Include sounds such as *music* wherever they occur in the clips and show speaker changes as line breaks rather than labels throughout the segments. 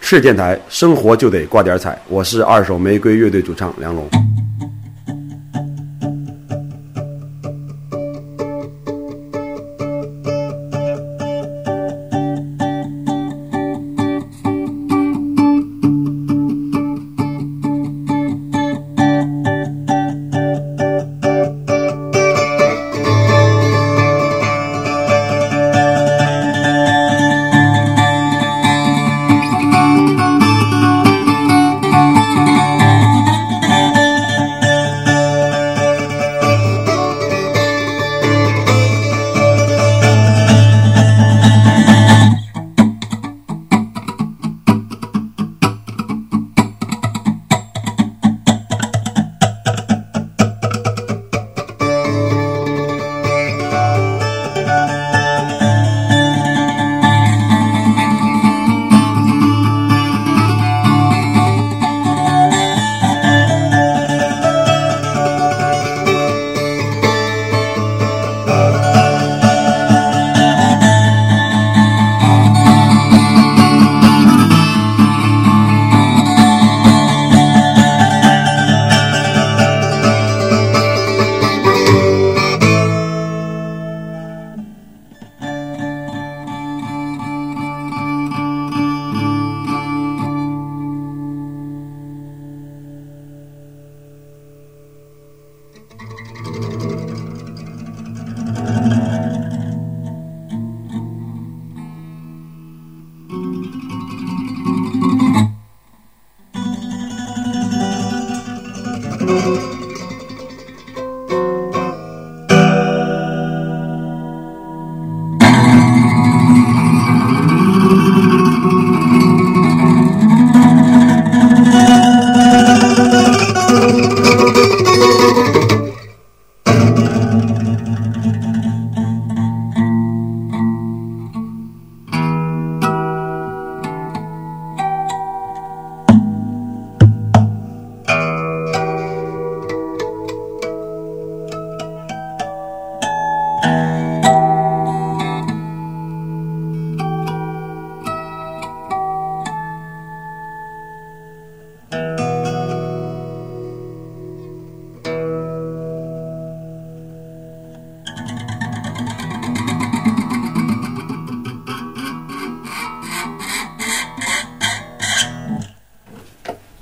是电台，生活就得挂点彩。我是二手玫瑰乐队主唱梁龙。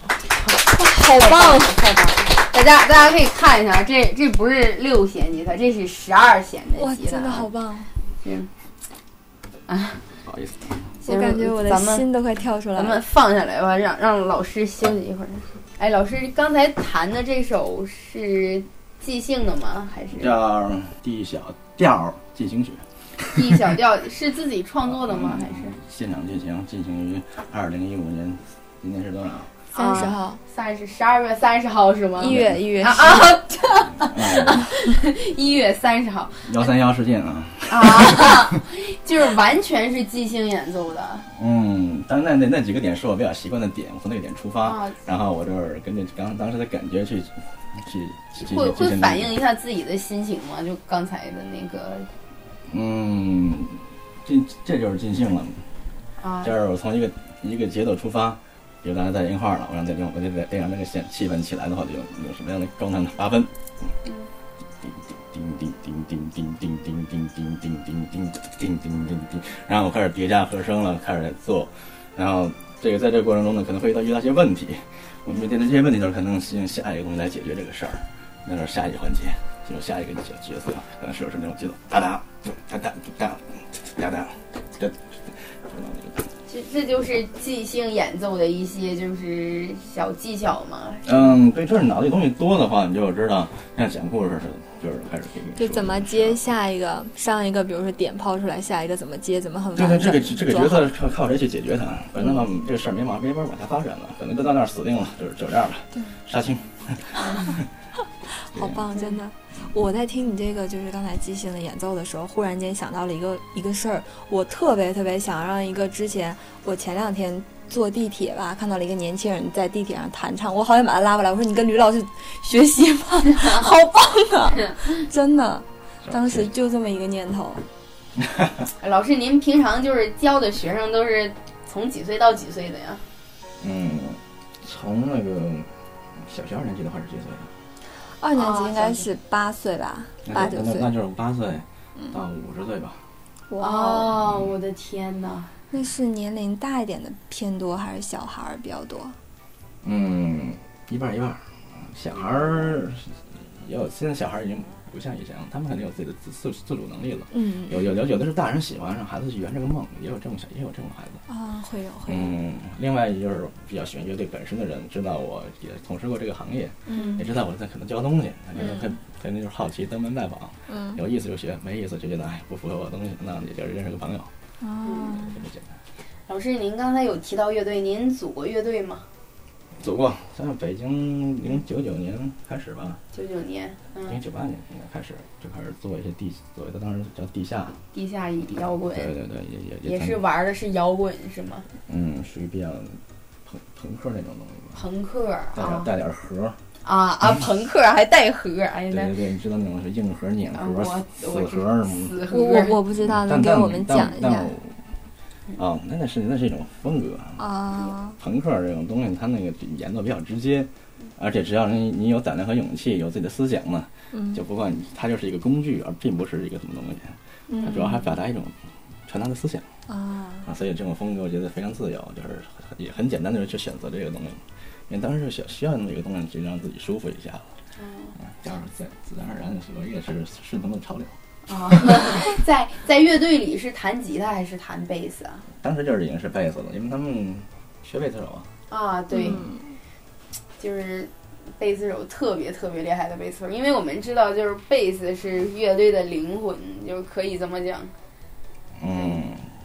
好棒！大家大家可以看一下，这这不是六弦吉他，这是十二弦
哇
的，吉他。啊
真的好棒！
不好意思，
行，
我感觉我的
咱们
心都快跳出来
咱们
了。
放下来吧，让让老师休息一会儿。
嗯
哎，老师刚才弹的这首是即兴的吗？还是
叫 D 小调进行曲，
一小调？是自己创作的吗？还是
现场进行，进行于二零一五年，今年
*laughs*
是多少？
三十号，
三十十二月三十号是吗？
一月一月
啊
十
啊！
啊，
*laughs* 一月三十
*laughs*
号
幺三幺事件啊，
啊， *laughs* 就是完全是即兴演奏的
嗯，当然那那那几个点是我比较习惯的点，我从那个点出发，
啊，
然后我就是根据刚当时的感觉去去去去
会
去
会
去
反映一下自己的心情吗？就刚才的那个
嗯，尽这就是尽兴了，
啊
就是我从一个一个节奏出发，比如大家在一块儿了，我让这种我就得得让那个现气氛起来的话，就有有什么样的高难八分。叮叮叮叮叮叮叮叮叮叮叮叮叮叮叮叮，然后我开始叠加和声了，开始做，然后这个在这个过程中呢，可能会遇到遇到一些问题，我们面对的这些问题就是可能是用下一个东西来解决这个事儿，那是下一个环节，进入下一个角角色，可能是有是那种节奏哒哒哒哒哒哒哒，这
这这就是即兴演奏的一些就是小技巧嘛。
嗯，对，就是脑子里东西多的话，你就知道像讲故事似的，就是开始给你
就
说
怎么接下一个，上一个比如说点抛出来，下一个怎么接，怎么很
对
完
对，这
整。
个这个角色靠靠谁去解决它？不然的话，
嗯
这个事儿没法没法往下发展了，可能就到那儿死定了，就是就这样吧。对，杀青。
好棒，真的！我在听你这个就是刚才即兴的演奏的时候，忽然间想到了一个一个事儿，我特别特别想让一个之前我前两天坐地铁吧，看到了一个年轻人在地铁上弹唱，我好想把他拉过来，我说你跟吕老师学习吧， *laughs* 好棒啊！真的，当时就这么一个念头。
老师，您平常就是教的学生都是从几岁到几岁的呀？
嗯，从那个小学二年级的话是几岁啊？
二年级
哦
应该
小学哦
是八岁吧，八
那就
九
那
岁嗯
那。就是八岁到五十岁吧。
哇哦，
哦，我的天哪！
那是年龄大一点的偏多，还是小孩儿比较多？
嗯，一半儿一半儿。小孩儿也有，现在小孩儿已经不像以前了，他们肯定有自己的自自自主能力了。
嗯
有有有有的是大人喜欢让孩子去圆这个梦，也有这种小也有这种孩子。
啊，会有会有，
嗯，另外就是比较喜欢乐队本身的人，知道我也从事过这个行业，
嗯
也知道我在可能教东西，他觉得
嗯
很肯定就是好奇登门拜访，
嗯
有意思就学，没意思就觉得哎不符合我的东西，那也就是认识个朋友，
嗯
啊，
就这么简单。
老师，您刚才有提到乐队，您组过乐队吗？
走过，在北京零九九年开始吧，
九九年，
零
嗯，
九八年应该开始就开始做一些地，所谓的当时叫地下，
地下摇滚
对对对，也也
也
曾
是玩的是摇滚是吗？
嗯，属于比较朋朋克那种东西吧，
朋克
带点
啊
带点核儿，
啊
*laughs*
啊！朋克还带盒，哎呀，
对对对，你知道那种是硬核、碾
那啊
核、
我
死
我
核儿什么的。
死
我我
盒，
我不知道，啊能
但
给
但
我们
但
讲一
但
下
我哦，那那是那是一种风格。
啊？
朋克这种东西，它那个演奏比较直接，而且只要你你有胆量和勇气，有自己的思想呢，
嗯
就不管你它就是一个工具，而并不是一个什么东西。它
嗯
主要还表达一种传达的思想
啊，
啊，所以这种风格我觉得非常自由，就是很也很简单的去选择这个东西，因为当时想需要那么一个东西，就让自己舒服一下了。
哦
嗯，这样自自然而然的，我也是顺从的潮流。
啊， *laughs* 在在乐队里是弹吉他还是弹贝斯啊？
当时就是已经是贝斯了，因为他们学贝斯手啊。
啊，对，
嗯
就是贝斯手特别特别厉害的贝斯手，因为我们知道，就是贝斯是乐队的灵魂，就是可以这么讲，
嗯，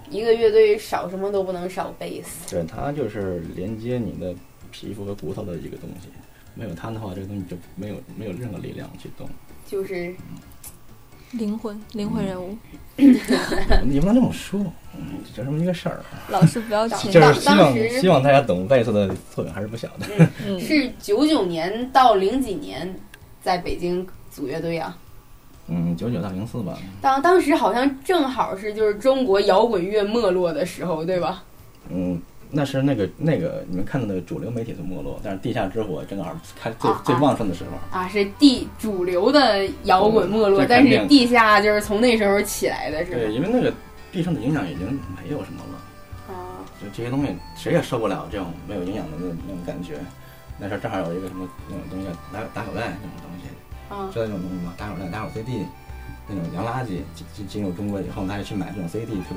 一个乐队少什么都不能少贝斯。
对，它就是连接你的皮肤和骨头的一个东西，没有它的话，这个东西就没有没有任何力量去动。
就是
灵魂灵魂人物，
*laughs* 你不能这么说，嗯，就这么一个事儿，
老师不要
当
请
就
当
是希望
时
希望大家懂贝斯的作用还是不小的。
嗯
是九九年到零几年在北京组乐队啊，
嗯，九九到零四吧，
当当时好像正好是就是中国摇滚乐没落的时候，对吧？
嗯，那是那个那个你们看到的主流媒体的没落，但是地下之火正好开最
啊啊
最旺盛的时候。
啊，是地主流的摇滚没落，
嗯这
但
肯
是
定
地下就是从那时候起来的，是
对，
吧？
因为那个地上的影响已经没有什么了。
啊，
就这些东西谁也受不了这种没有营养的那那种感觉。那时候正好有一个什么那种东西叫打打口袋那种东西，
啊
知道这种东西吗？打口袋、打口 CD，那种洋垃圾进进进入中国以后，大家去买这种 CD，特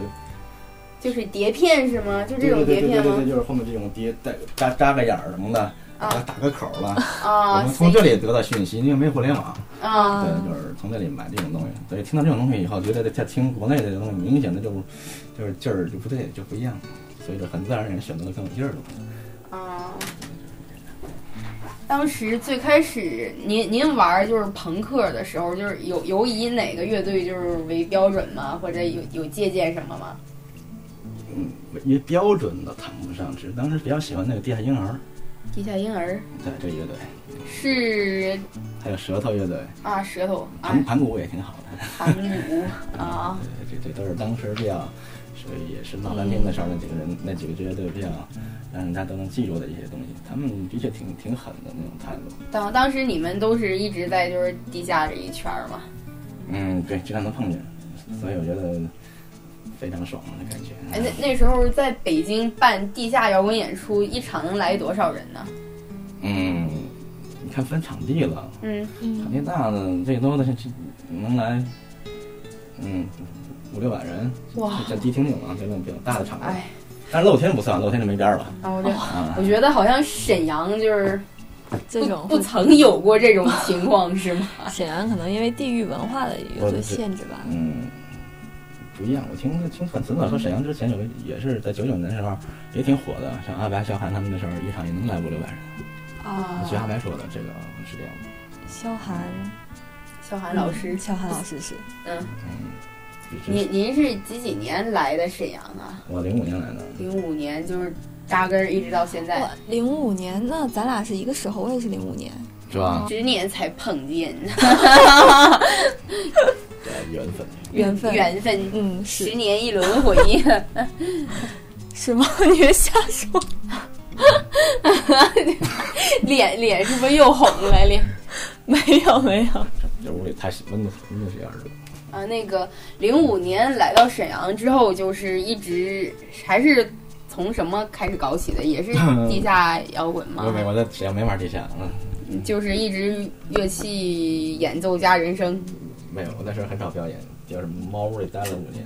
就是碟片是吗？就
别
这种碟片
对对对对
吗？
对，就是后面这种碟带扎扎个眼儿什么的，然后打个口儿了。我
啊，
们从这里得到讯息，因为没互联网，
啊，
对，就是从这里买这种东西。所以听到这种东西以后，觉得在听国内的东西，明显的就就是劲儿就不对，就不一样，所以就很自然而然选择了更有劲儿的东西。
啊。当时最开始您您玩儿就是朋克的时候，就是有有以哪个乐队就是为标准吗？或者有有借鉴什么吗？
嗯，也标准的谈不上，只是当时比较喜欢那个地下婴儿，
地下婴儿
对这乐队，
是
还有舌头乐队，
啊，舌头啊
盘，盘古也挺好的，
盘古啊，
对这这都是当时比较，所以也是闹翻天的时候，那几个人那几个乐队比较让人家都能记住的一些东西，他们的确挺挺狠的那种态度。
当当时你们都是一直在就是地下这一圈儿嘛，
嗯，对，经常能碰见，所以我觉得非常爽的感觉。
哎，那那时候在北京办地下摇滚演出，一场能来多少人呢？
嗯，你看分场地了。
嗯，
场
嗯
地大的最多的是能来，嗯，五六百人，
哇
像迪厅那种啊，这种比较大的场
哎
地。但是露天不算，露天就没边儿了
啊，我觉得
啊
我。觉得好像沈阳就是
这种
不
会
曾有过这种情况，是吗？
显然可能因为地域文化的有
我
所
的
限制吧。
嗯，不一样。我听听粉丝们说，沈阳之前有个也是在九九年的时候也挺火的，像阿白、小韩他们那时候一场也能来五六百人。
啊
据阿白说的，这个是这样的。
萧寒
*laughs* 小韩老师，
萧寒老师是
嗯，
嗯，这
您您是几几年来的沈阳啊？
我零五年来的，
零五年就是扎根儿一直到现在
哇，，零五年，那咱俩是一个时候，我也是零五年。
是吧？
十年才碰见，
对，缘分。
缘分
缘分，
嗯，
十
是
年一轮回。
是吗？你们瞎说。
*laughs* 脸脸是不是又红了脸？
没有没有，
这屋里太温度温度是有点热。
啊，那个零五年来到沈阳之后，就是一直还是从什么开始搞起的？
*laughs*
也是地下摇滚吗
我？没我在沈阳没玩地下，嗯，
就是一直乐器演奏加人声，
没有，我那时候很少表演，就是猫屋里待了五年，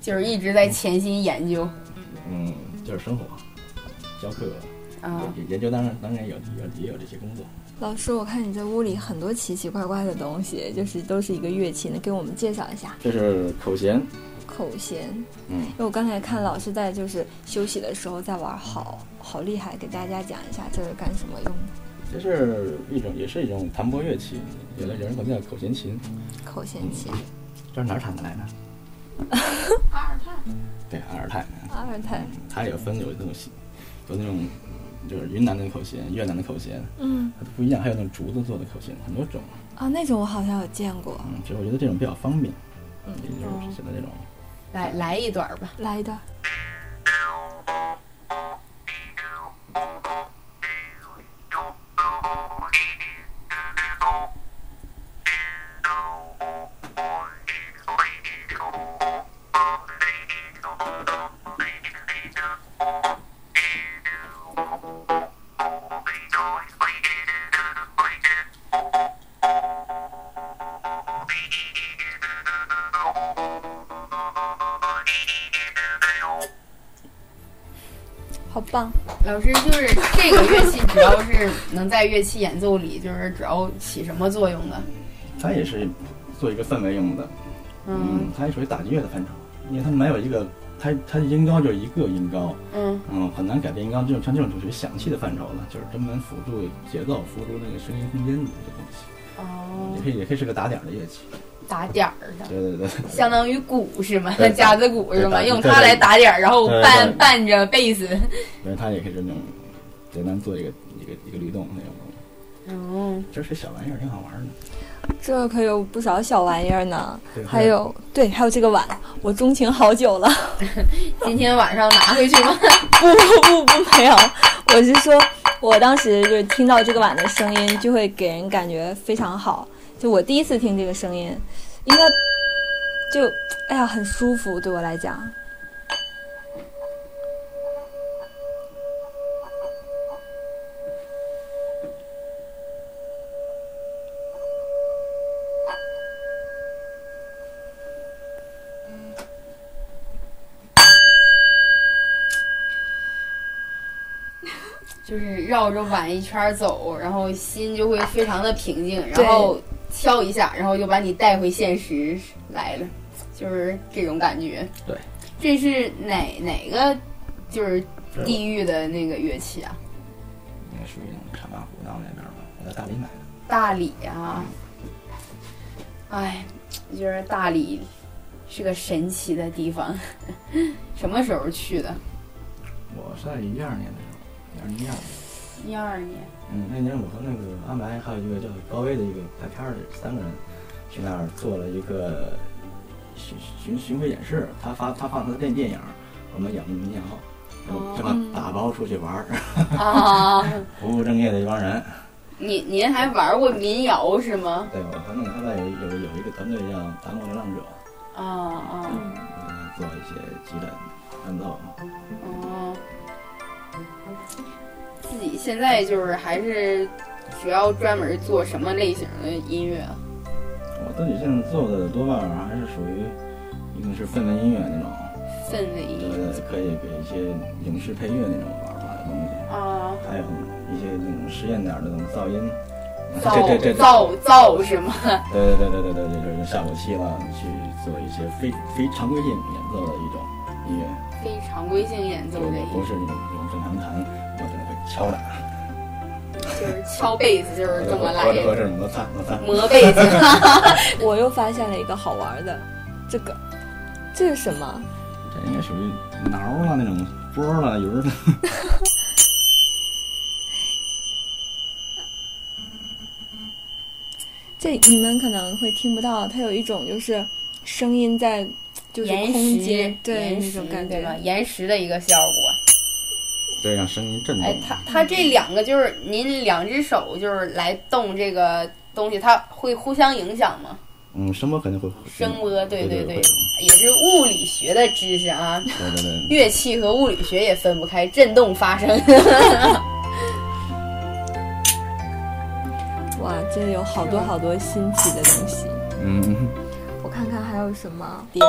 就是一直在潜心研究
嗯，就是生活，教课，
啊。
研研究当然当然有有也有这些工作，
*laughs* 老师，我看你在屋里很多奇奇怪怪的东西，就是都是一个乐器，能给我们介绍一下？
这是口弦，
口弦，
嗯
因为我刚才看老师在就是休息的时候在玩好，好厉害，给大家讲一下这是干什么用的？
这是一种也是一种弹拨乐器，有的有人管它叫口弦琴，
口弦琴，
这是哪儿产的来着？
阿尔泰，
对，阿尔泰，
阿尔泰，
它也有分有那种西有那种就是云南的口弦、越南的口弦，
嗯
它不一样，还有那种竹子做的口弦，很多种。
啊，那种我好像有见过，
嗯，其实我觉得这种比较方便，
嗯
也就是现在这种
来来一段儿吧。
来一段，好棒，
老师，就是这个乐器，只要是能在乐器演奏里，就是只要起什么作用的，
它也是做一个氛围用的，
嗯，
它也属于打击乐的范畴，因为它没有一个，它它的音高就一个音高，
嗯
嗯，很难改变音高，这种像这种就属于响器的范畴了，就是专门辅助节奏、辅助那个声音空间的一个东西，
哦
也，可以也可以是个打点儿的乐器，
打点儿的。
对对对，
相当于鼓是吗 *laughs*
对？
架子鼓是吗？
对
用它来打点儿，然后
对对
伴
对
伴着贝斯。
因为它也可以是那种简单做一个一个一个律动那种东西，
哦，
这是小玩意儿，挺好玩的。
这可有不少小玩意儿呢，
对
还有对，还有这个碗，我钟情好久了。
*laughs*
*laughs*
今天晚上拿回去吧。
不不不不，没有，我是说，我当时就是听到这个碗的声音，就会给人感觉非常好。就我第一次听这个声音，应该就哎呀，很舒服，对我来讲。
*laughs* 就是绕着碗一圈儿走，然后心就会非常的平静，然后敲一下，然后就把你带回现实来了，就是这种感觉。
对，
这是哪哪个就是地域的那个乐器啊？
应该属于那种茶马古道那边儿吧，我在大理买的。
大理啊，哎，就是大理是个神奇的地方。 *laughs* 什么时候去的？
我是在一二年的时候，一二一二年。
一二年。
嗯，那年我和那个阿白还有一个叫高威的一个拍片儿的三个人，去那儿做了一个巡巡巡回演示，他发他放他的电电影儿，我们演我们演后，
哦
这么打包出去玩儿， *laughs*
啊，
不务正业的一帮人。
您您还玩过民谣是吗？
对，我和那个阿白有一有有有一个团队叫达摩流浪者，
啊啊
嗯，做一些基本伴奏。
哦！自己现在就是还是主要专门做什么类型的音乐啊？
我自己现在做的多半儿还是属于一个是氛围音乐那种。
氛围音乐
呃，可以给一些影视配乐那种玩法的东西，
啊，
还有一些那种实验点儿的那种噪音，
造
这这这，
造造是吗？
对对对对对对，就是效果器了，去做一些非非常规性演奏的一种音乐，
非常规性演奏
就
的
是
音
不是那种那种正常弹，我真的会敲打，
乐，就是敲贝斯就是这么来
或者
的，
说是摩擦摩擦，
磨贝斯。
我又发现了一个好玩的，这个这是什么？
这应该属于挠了那种波儿了，有时候
这你们可能会听不到，它有一种就是声音在 *laughs* 就是
延
空
时
间，对
延
那
时
种感
对吧
觉？。
延时的一个效果。
对，让声音震
嗯
动。
哎，它它这两个就是您两只手就是来动这个东西，它会互相影响吗？
嗯，声波肯定会
声波对
对
对
会
也是物理学的知识啊，
对对对。
乐器和物理学也分不开，振动发声。 *laughs*
哇，这有好多好多新奇的东西。
嗯，
我看看还有什么点。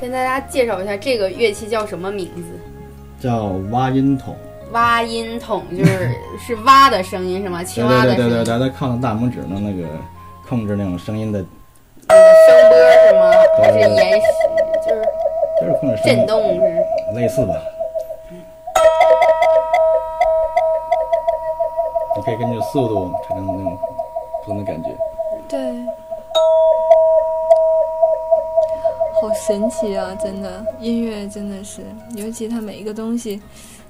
跟大家介绍一下这个乐器叫什么名字？
叫挖音筒。
挖音筒就是
*laughs*
是蛙的声音是吗？
对
青蛙
对
的
对
声
对
音，
对，咱再靠那大拇指呢，那个控制那种声音的，
那个声波是吗？还是
对对对
延时？就是
就是控制声音
震动是？
类似吧。你可以根据速度产生那种不同的感觉。
对，好神奇啊！真的，音乐真的是，尤其它每一个东西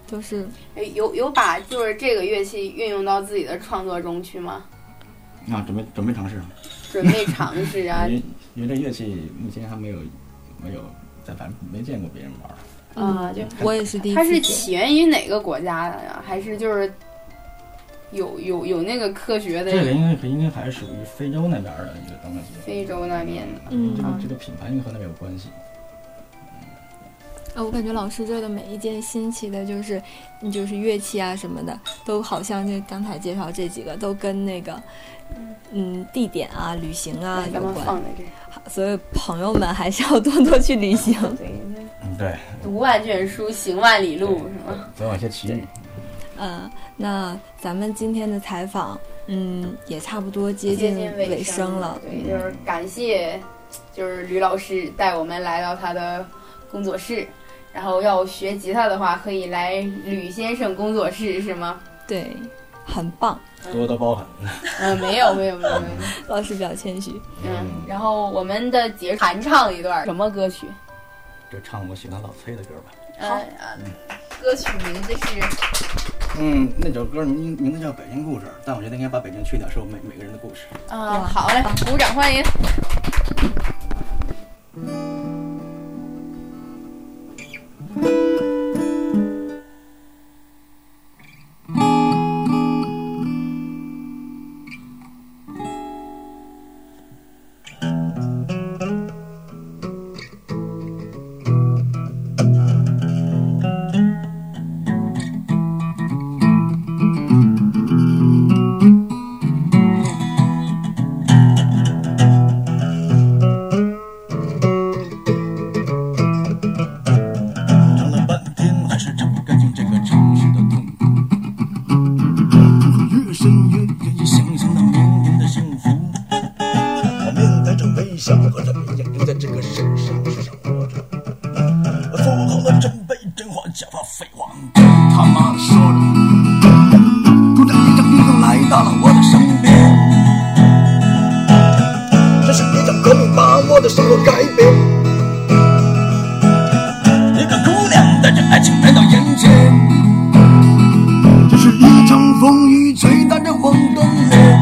都是
哎有有把就是这个乐器运用到自己的创作中去吗？
啊，准备准备尝试啊，
准备尝试啊
因为因为这乐器目前还没有没有在反正没见过别人玩儿。
*laughs*
啊！就
我也是第一
它
次
是
见
起源于哪个国家的呀？还是就是有有有那个科学
这个
的
应该应该还属于非洲那边儿的一个东西。
非洲那边的？
嗯
这个
啊
这个品牌应该和那边有关系。
啊，我感觉老师做的每一件新奇的，就是你就是乐器啊什么的，都好像就刚才介绍这几个都跟那个，嗯，地点啊、旅行啊
来
有
咱们
关，
放在这
所以朋友们还是要多多去旅行。
儿。对，
嗯，对，
读万卷书，行万里路，是吗？
总有一些奇遇。
嗯，那咱们今天的采访，嗯，也差不多接近尾声了。嗯
对，就是感谢，就是吕老师带我们来到他的工作室。然后要学吉他的话，可以来吕先生工作室，是吗？
对，很棒，
多多包涵。
嗯，没有，没有，没有，没有。
老师比较谦虚。
嗯，然后我们的节弹唱一段什么歌曲？
就唱我喜欢老崔的歌吧。
好，呃歌曲名字是
嗯，那首歌名名字叫《北京故事》，但我觉得应该把北京去掉，是我们每每个人的故事。
啊，好嘞，鼓掌欢迎。
整了半天还是整不干净这个城市的痛苦。越深越愿意想象那绵延的幸福。我面带着微笑和他们眼睛在这个世上世上活着。我做好了准备，真话假话废话，真他妈的说着。突然一张一张来到了我的身边，这是一场革命把我的生活改变。一个姑娘带着爱情来到人间。这是一场风雨吹打着我的脸。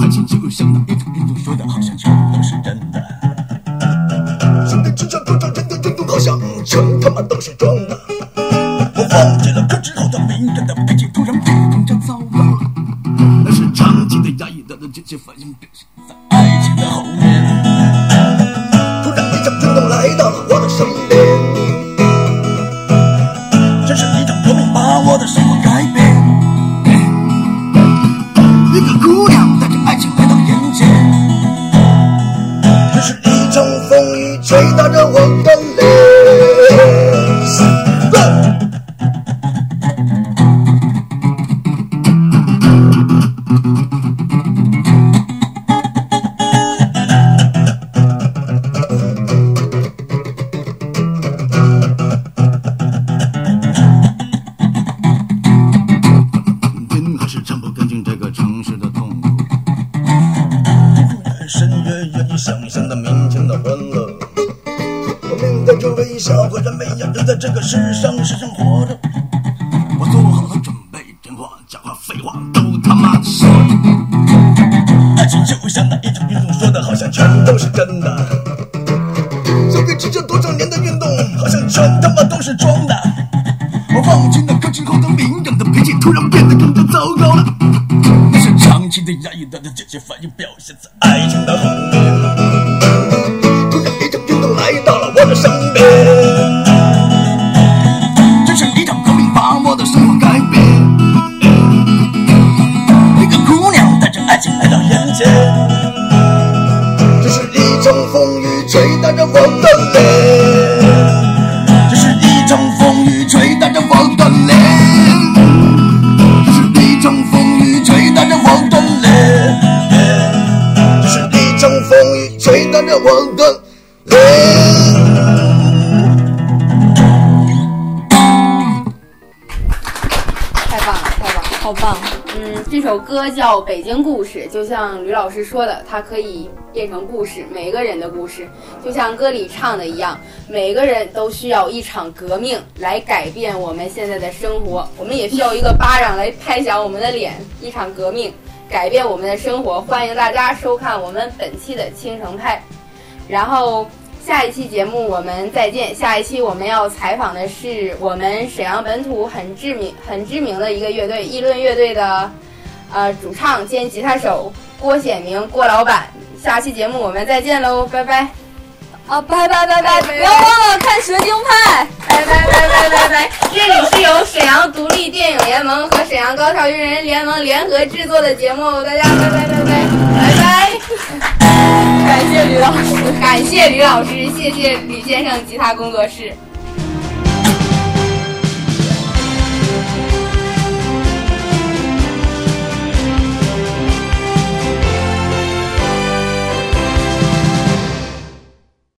爱情就像那一桶一桶说的，好像全都是真的。心里只想多少人的运动，好像全他妈都是装的。我忘记了可耻后的敏感的脾气，突然变得更加糟糕。那是长期的压抑到的这些反应表现在爱情的后面。突然一场震动来到了我的身边，这是一场革命把我的生活改变。一个姑娘带着爱情来到人间，这是一场风雨吹打着我的脸。Go! 眼前的欢乐。我面带着微笑，和着美样的在这个世上是生活着。我做好了准备，真话假话废话都他妈的说着。爱情就像那一种运动，说的好像全都是真的。相比之前多少年的运动，好像全他妈都是装的。我放弃了克制后的敏感的脾气，突然变得更加糟糕了。那是长期的压抑的这些反应，表现在爱情的后面。突然一场运动来到了我的身边，这是一场革命，把我的生活改变。一个姑娘带着爱情来到眼前，这是一场风雨吹打着我的脸，这是一场风雨吹打着我的脸。这是一场风雨吹打着我的脸，这是一场风雨吹打着我的脸。
太棒了，太棒了。
好棒！
嗯，这首歌叫《北京故事》，就像吕老师说的，它可以变成故事，每个人的故事，就像歌里唱的一样，每个人都需要一场革命来改变我们现在的生活，我们也需要一个巴掌来拍响我们的脸，一场革命改变我们的生活。欢迎大家收看我们本期的青城派，然后。下一期节目我们再见。下一期我们要采访的是我们沈阳本土很知名、很知名的一个乐队——议论乐队的，呃，主唱兼吉他手郭显明郭老板。下期节目我们再见喽，拜拜，
啊，拜拜拜拜！
拜拜
不要忘了看《蛇精派》。
拜拜拜拜拜拜。这里是由沈阳独立电影联盟和沈阳高校艺人联盟联合制作的节目，大家拜拜拜拜拜拜。感谢吕老师，感谢吕老师，谢谢吕先生吉他工作室。